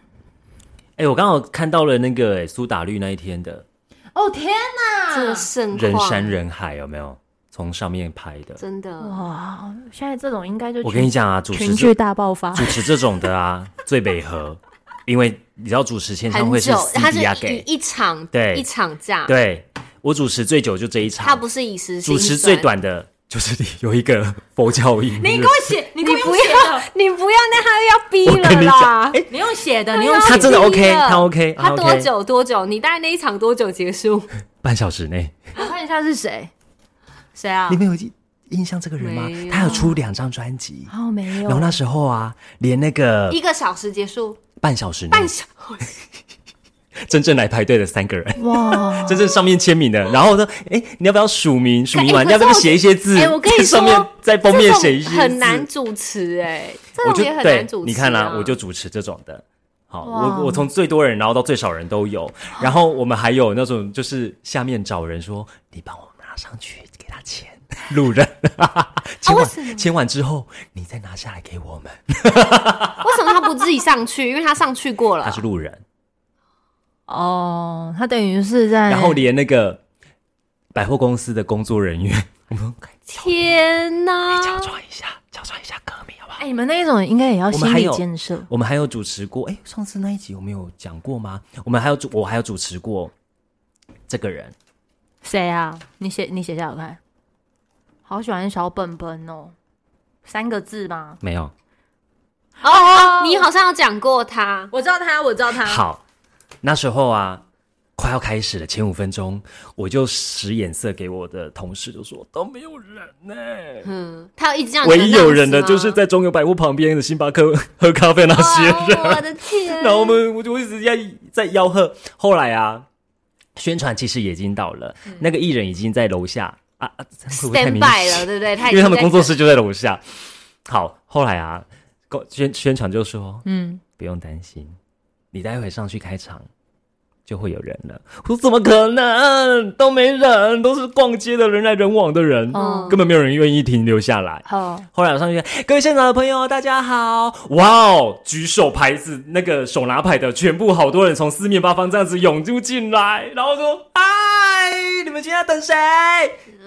[SPEAKER 4] 哎、我刚好看到了那个哎苏、打绿那一天的
[SPEAKER 6] 哦天
[SPEAKER 5] 这
[SPEAKER 6] 哪
[SPEAKER 5] 个，盛
[SPEAKER 4] 人
[SPEAKER 5] 况，
[SPEAKER 4] 山人海，有没有？从上面拍的。
[SPEAKER 5] 真的。
[SPEAKER 3] 哇，哦现在这种应该就
[SPEAKER 4] 我跟你讲啊，主
[SPEAKER 3] 群
[SPEAKER 4] 持
[SPEAKER 3] 聚
[SPEAKER 4] 这
[SPEAKER 3] 大爆发
[SPEAKER 4] 主持这种 的啊，最北河，因为你知道主持签唱
[SPEAKER 5] 很
[SPEAKER 4] 会是
[SPEAKER 5] 久，他
[SPEAKER 4] C
[SPEAKER 5] 是
[SPEAKER 4] D 啊
[SPEAKER 5] 以
[SPEAKER 4] 给，
[SPEAKER 5] 一场
[SPEAKER 4] 对
[SPEAKER 5] 一场价，，
[SPEAKER 4] 对我主持最久就这一
[SPEAKER 5] 他
[SPEAKER 4] 场
[SPEAKER 5] 不，是以时
[SPEAKER 4] 主
[SPEAKER 5] 薪
[SPEAKER 4] 持
[SPEAKER 5] 酸
[SPEAKER 4] 最，短的就是你有一个佛教音乐
[SPEAKER 6] 你给我写，你给我
[SPEAKER 5] 你不
[SPEAKER 6] 用写
[SPEAKER 5] 要
[SPEAKER 6] 的，
[SPEAKER 5] 你不要那他要逼
[SPEAKER 4] 我跟
[SPEAKER 5] 了
[SPEAKER 4] 你
[SPEAKER 5] 啦
[SPEAKER 4] 讲。
[SPEAKER 6] 你用写的，
[SPEAKER 5] 哎
[SPEAKER 6] 你
[SPEAKER 5] 呦
[SPEAKER 6] 用
[SPEAKER 4] 他真的
[SPEAKER 5] 逼
[SPEAKER 4] OK，
[SPEAKER 5] 了
[SPEAKER 4] 他 OK，
[SPEAKER 5] 他多
[SPEAKER 4] OK
[SPEAKER 5] 久多久？你大概那一场多久结束？
[SPEAKER 4] 半小时内，
[SPEAKER 3] 我看一下是谁？
[SPEAKER 6] 谁啊
[SPEAKER 4] 你？们有印印象这个人吗
[SPEAKER 5] 没？有
[SPEAKER 4] 他有出两张专辑，
[SPEAKER 3] 哦，没有
[SPEAKER 4] 然后那时候啊，连那个
[SPEAKER 5] 一个小时结束，
[SPEAKER 4] 半小时内，
[SPEAKER 5] 半小
[SPEAKER 4] 真正来排队的三个人。
[SPEAKER 3] 哇
[SPEAKER 4] 。真正上面签名的，然后呢，哎，你要不要署名？署名
[SPEAKER 5] 哎
[SPEAKER 4] 完，
[SPEAKER 5] 可是
[SPEAKER 4] 你要不要
[SPEAKER 5] 我
[SPEAKER 4] 写一些字？
[SPEAKER 5] 哎我跟你
[SPEAKER 4] 在 上面
[SPEAKER 5] 说
[SPEAKER 4] 在封面写一
[SPEAKER 5] 这
[SPEAKER 4] 些字
[SPEAKER 5] 种很难，主持哎，这
[SPEAKER 4] 我
[SPEAKER 5] 种
[SPEAKER 4] 就
[SPEAKER 5] 也很
[SPEAKER 4] 对
[SPEAKER 5] 难主持啊。
[SPEAKER 4] 你看啦，我就主持这种的。好，
[SPEAKER 3] 哇
[SPEAKER 4] 我我从最多人，然后到最少人都 有，然后我们还有那种
[SPEAKER 5] 嗯
[SPEAKER 4] 就是下面找人说，你帮我拿上去给他签，路人
[SPEAKER 5] 为
[SPEAKER 4] 签完
[SPEAKER 5] 什么
[SPEAKER 4] 签完之后，你再拿下来给我们。
[SPEAKER 5] 为什么他不自己上去？因为他上去过
[SPEAKER 4] 他
[SPEAKER 5] 了
[SPEAKER 4] 是。路人，
[SPEAKER 3] 哦，他等于是
[SPEAKER 5] 哎
[SPEAKER 3] 在，
[SPEAKER 4] 然后连那个百货公司的工作人员，我们
[SPEAKER 5] 天哪！
[SPEAKER 4] 假装一下，假装一下歌迷好不好？
[SPEAKER 3] 哎，你们那一种应该也要
[SPEAKER 4] 我们
[SPEAKER 3] 心
[SPEAKER 4] 还
[SPEAKER 3] 理
[SPEAKER 4] 有
[SPEAKER 3] 建设。
[SPEAKER 4] 我们还有主持过，哎，上次那一集我们有讲过吗？我们还有主，我还有主持过这个人，
[SPEAKER 3] 谁啊？你写你写下我看。好喜欢小本本哦，三个字吗？
[SPEAKER 4] 没有。
[SPEAKER 5] 哦，你好像有讲过他，
[SPEAKER 3] 我知道他，我知道
[SPEAKER 5] 啊
[SPEAKER 3] 他
[SPEAKER 4] 好，那时候啊，快要开始了，前五分钟我就使眼色给我的同事，就说都没有人呢、
[SPEAKER 5] 嗯，他有一直这样。
[SPEAKER 4] 唯一有人
[SPEAKER 5] 啊
[SPEAKER 4] 的就是在中友百货旁边的星巴克 喝咖啡那些人。啊
[SPEAKER 5] 哦我的 天！
[SPEAKER 4] 然后我们我就一直在在吆喝。后来啊，宣传其实也已经到了，那个艺人已经在楼下啊啊，这样会不会太
[SPEAKER 5] stand
[SPEAKER 4] 明
[SPEAKER 5] by
[SPEAKER 4] 显
[SPEAKER 5] 嗯了，？对不对？他已
[SPEAKER 4] 因为
[SPEAKER 5] 经
[SPEAKER 4] 他们
[SPEAKER 5] 在
[SPEAKER 4] 工作室就在楼下。好，后来啊，公宣宣传就说
[SPEAKER 3] 嗯，
[SPEAKER 4] 不用担心，你待会上去开场就会有人了。我说怎么可能？都没人，都是逛街的人来人往的人，
[SPEAKER 3] 哦
[SPEAKER 4] 根本没有人愿意停留下来。
[SPEAKER 3] 好，
[SPEAKER 4] 后来我上去，各位现场的朋友，大家好！哇哦，举手牌子那个手拿牌的，全部好多人从四面八方这样子涌入进来，然后说：“嗨，你们现在等谁？”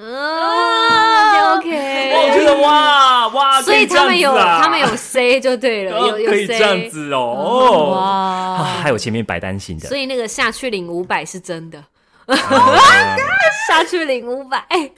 [SPEAKER 5] 哦啊
[SPEAKER 4] 哇我觉
[SPEAKER 5] ，OK。
[SPEAKER 4] 得哇哇，
[SPEAKER 5] 所以
[SPEAKER 4] 可
[SPEAKER 5] 他
[SPEAKER 4] 这样
[SPEAKER 5] 们有
[SPEAKER 4] 子啊哦
[SPEAKER 5] 他们有 C 就对了，有有
[SPEAKER 4] 可以这
[SPEAKER 5] C
[SPEAKER 4] 样。子哦哦，啊
[SPEAKER 3] 哇，
[SPEAKER 4] 还有前面白单型的
[SPEAKER 5] 所，以那个下去领五百是真的。
[SPEAKER 4] 啊
[SPEAKER 5] 下去领五百，哎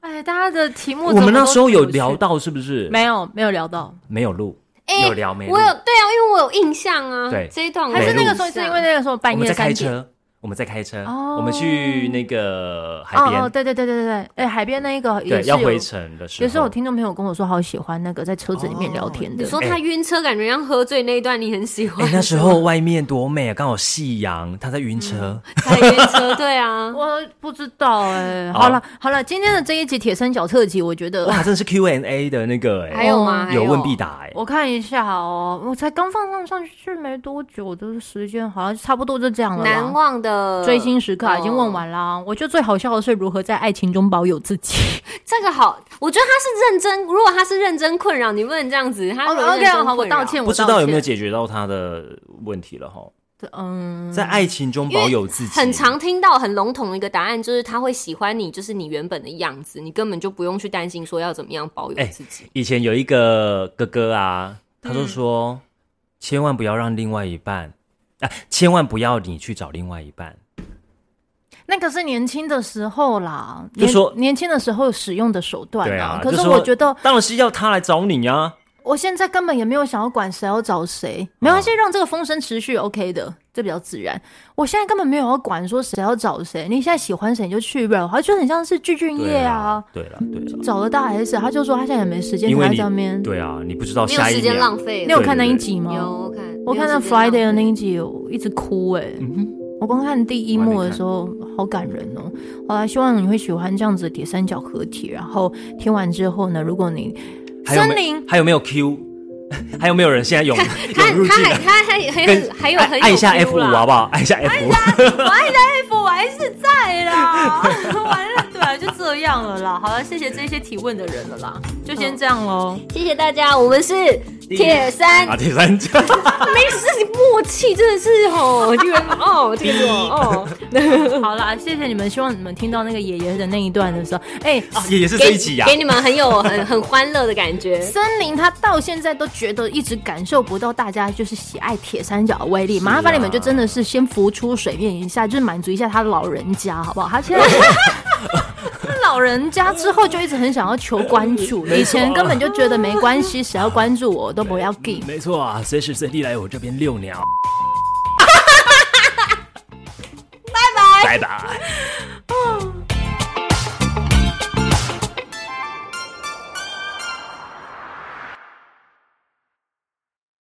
[SPEAKER 3] 哎，大家的题目
[SPEAKER 4] 我们那时候有
[SPEAKER 3] 怎么
[SPEAKER 4] 聊
[SPEAKER 3] 都这么
[SPEAKER 4] 到是不是？
[SPEAKER 3] 有趣，没有没有聊到，
[SPEAKER 4] 没有录，
[SPEAKER 5] 哎
[SPEAKER 4] 有聊没录
[SPEAKER 5] 我？有对啊，因为我有印象啊。
[SPEAKER 4] 对
[SPEAKER 5] 这一段我
[SPEAKER 3] 还是那
[SPEAKER 4] 没录
[SPEAKER 3] 个时候是因为那个时候半
[SPEAKER 4] 我们
[SPEAKER 3] 夜
[SPEAKER 4] 在
[SPEAKER 3] 三
[SPEAKER 4] 开
[SPEAKER 3] 点。
[SPEAKER 4] 车，我们在开车，
[SPEAKER 3] 哦
[SPEAKER 4] 我们去那个海
[SPEAKER 3] 哦哦，
[SPEAKER 4] 边，
[SPEAKER 3] 对对对对对对，哎，海边那一个也
[SPEAKER 4] 对，
[SPEAKER 3] 是
[SPEAKER 4] 要
[SPEAKER 3] 有，
[SPEAKER 4] 回程的时候，
[SPEAKER 3] 也是有听众朋友跟我说，好喜欢那个在车子里面聊天
[SPEAKER 5] 你
[SPEAKER 3] 的。哎
[SPEAKER 5] 说他晕车，感觉像喝醉那一段，你很喜欢
[SPEAKER 4] 哎哎，。那时候外面多美啊，刚好夕阳，他在晕车，
[SPEAKER 5] 他晕车，对 啊。
[SPEAKER 4] 哦
[SPEAKER 3] 我不知道哎，
[SPEAKER 4] 好
[SPEAKER 3] 好了好了，今天的这一集铁三角特辑，我觉得
[SPEAKER 4] 哇，真的是 Q&A 的那个
[SPEAKER 5] 还
[SPEAKER 4] 哎，
[SPEAKER 5] 有吗？还
[SPEAKER 4] 有问必。答哎，
[SPEAKER 3] 我看一下哦，我才刚放上上去没多久，就是时间好像差不多就这样了啦。
[SPEAKER 5] 难忘的
[SPEAKER 3] 追星时刻啊已经问
[SPEAKER 5] 哦
[SPEAKER 3] 完啦。我觉得最好笑的是如何在爱情中保有自己。
[SPEAKER 5] 哦这个好，我觉得他是认真。如果他是认真困扰，你不能这样子。他 如果认真困扰
[SPEAKER 3] 哦好，我道。歉，我
[SPEAKER 4] 不知道有没有
[SPEAKER 3] 道
[SPEAKER 4] 解决到他的问题了哈，
[SPEAKER 3] 歉嗯，
[SPEAKER 4] 在爱情中保有自己，
[SPEAKER 5] 很常听到很笼统的一个答案，就是他会喜欢你，就是你原本的样子，你根本就不用去担心说要怎么样保有
[SPEAKER 4] 哎
[SPEAKER 5] 自己。
[SPEAKER 4] 以前有一个哥哥啊，他就说，千万不要让另外一半，啊，千万不要你去找另外一半。
[SPEAKER 3] 那个是年轻的时候啦，
[SPEAKER 4] 就说
[SPEAKER 3] 年年轻的时候使用的手段
[SPEAKER 4] 对啊，
[SPEAKER 3] 可
[SPEAKER 4] 就是说
[SPEAKER 3] 我觉得
[SPEAKER 4] 当然是要他来找你啊。
[SPEAKER 3] 我现在根本也没有想要管谁要找谁，没关系，让这个风声持续 OK 的，这比较自然。我现在根本没有要管说谁要找谁，你现在喜欢谁你就去吧，好像就很像是具俊
[SPEAKER 4] 对
[SPEAKER 3] 晔
[SPEAKER 4] 啊
[SPEAKER 3] 啊，，
[SPEAKER 4] 对了，对了，
[SPEAKER 3] 找了大 S，他就说他现在也没时间，
[SPEAKER 4] 因为
[SPEAKER 3] 他在
[SPEAKER 4] 你
[SPEAKER 3] 上面。
[SPEAKER 4] 对啊，你不知道
[SPEAKER 5] 没有
[SPEAKER 4] 下一
[SPEAKER 5] 时间
[SPEAKER 4] 秒
[SPEAKER 5] 浪费
[SPEAKER 3] 你有
[SPEAKER 5] 了。
[SPEAKER 4] 对
[SPEAKER 3] 看那
[SPEAKER 4] 对
[SPEAKER 3] 一
[SPEAKER 4] 对
[SPEAKER 3] 集吗？
[SPEAKER 5] 有我看，
[SPEAKER 3] 我看
[SPEAKER 5] 没有时间
[SPEAKER 3] 到
[SPEAKER 5] 啊浪
[SPEAKER 3] Friday 的
[SPEAKER 5] 费
[SPEAKER 3] 那一集，我一直哭哎、
[SPEAKER 4] 嗯
[SPEAKER 3] 我光看第一幕的时候，好感人哦。好啦，希望你会喜欢这样子的铁三角合体。然后听完之后呢，如果你
[SPEAKER 4] 还有没
[SPEAKER 3] 森林
[SPEAKER 4] 还有没有 Q？还有 没有人现在涌
[SPEAKER 5] 他
[SPEAKER 4] 涌入
[SPEAKER 5] 他
[SPEAKER 4] 进
[SPEAKER 5] 还
[SPEAKER 4] 来？
[SPEAKER 5] 他还还
[SPEAKER 4] 跟
[SPEAKER 5] 有还有很有
[SPEAKER 4] 按一下 F 五啊
[SPEAKER 5] feel 啦
[SPEAKER 4] 好不好？按一下 F 五，
[SPEAKER 3] 我爱的 F 我还是在啦，完了，对啊，就这样了啦。好了，谢谢这些提问的人了啦，就先这样喽。
[SPEAKER 5] 谢谢大家，我们是铁三
[SPEAKER 4] 啊，，第三家，
[SPEAKER 5] 没事，默契真的是哦，这个哦，这个哦，
[SPEAKER 3] 好啦，谢谢你们，希望你们听到那个爷爷的那一段的时候，哎、
[SPEAKER 4] 也也是 这
[SPEAKER 5] 给
[SPEAKER 4] 一集啊呀
[SPEAKER 5] 给。你们很有很很欢乐的感觉。
[SPEAKER 3] 森林他到现在都觉得一直感受不到大家就是喜爱铁三角的威力，麻烦你们就真的是先浮出水面一下，就是满足一下他老人家，好不好？他现在他老人家之后就一直很想要求关注，以前根本就觉得没关系，谁要关注我都不要给。
[SPEAKER 2] 没错啊，随时随地来我这边遛鸟。拜拜，拜拜。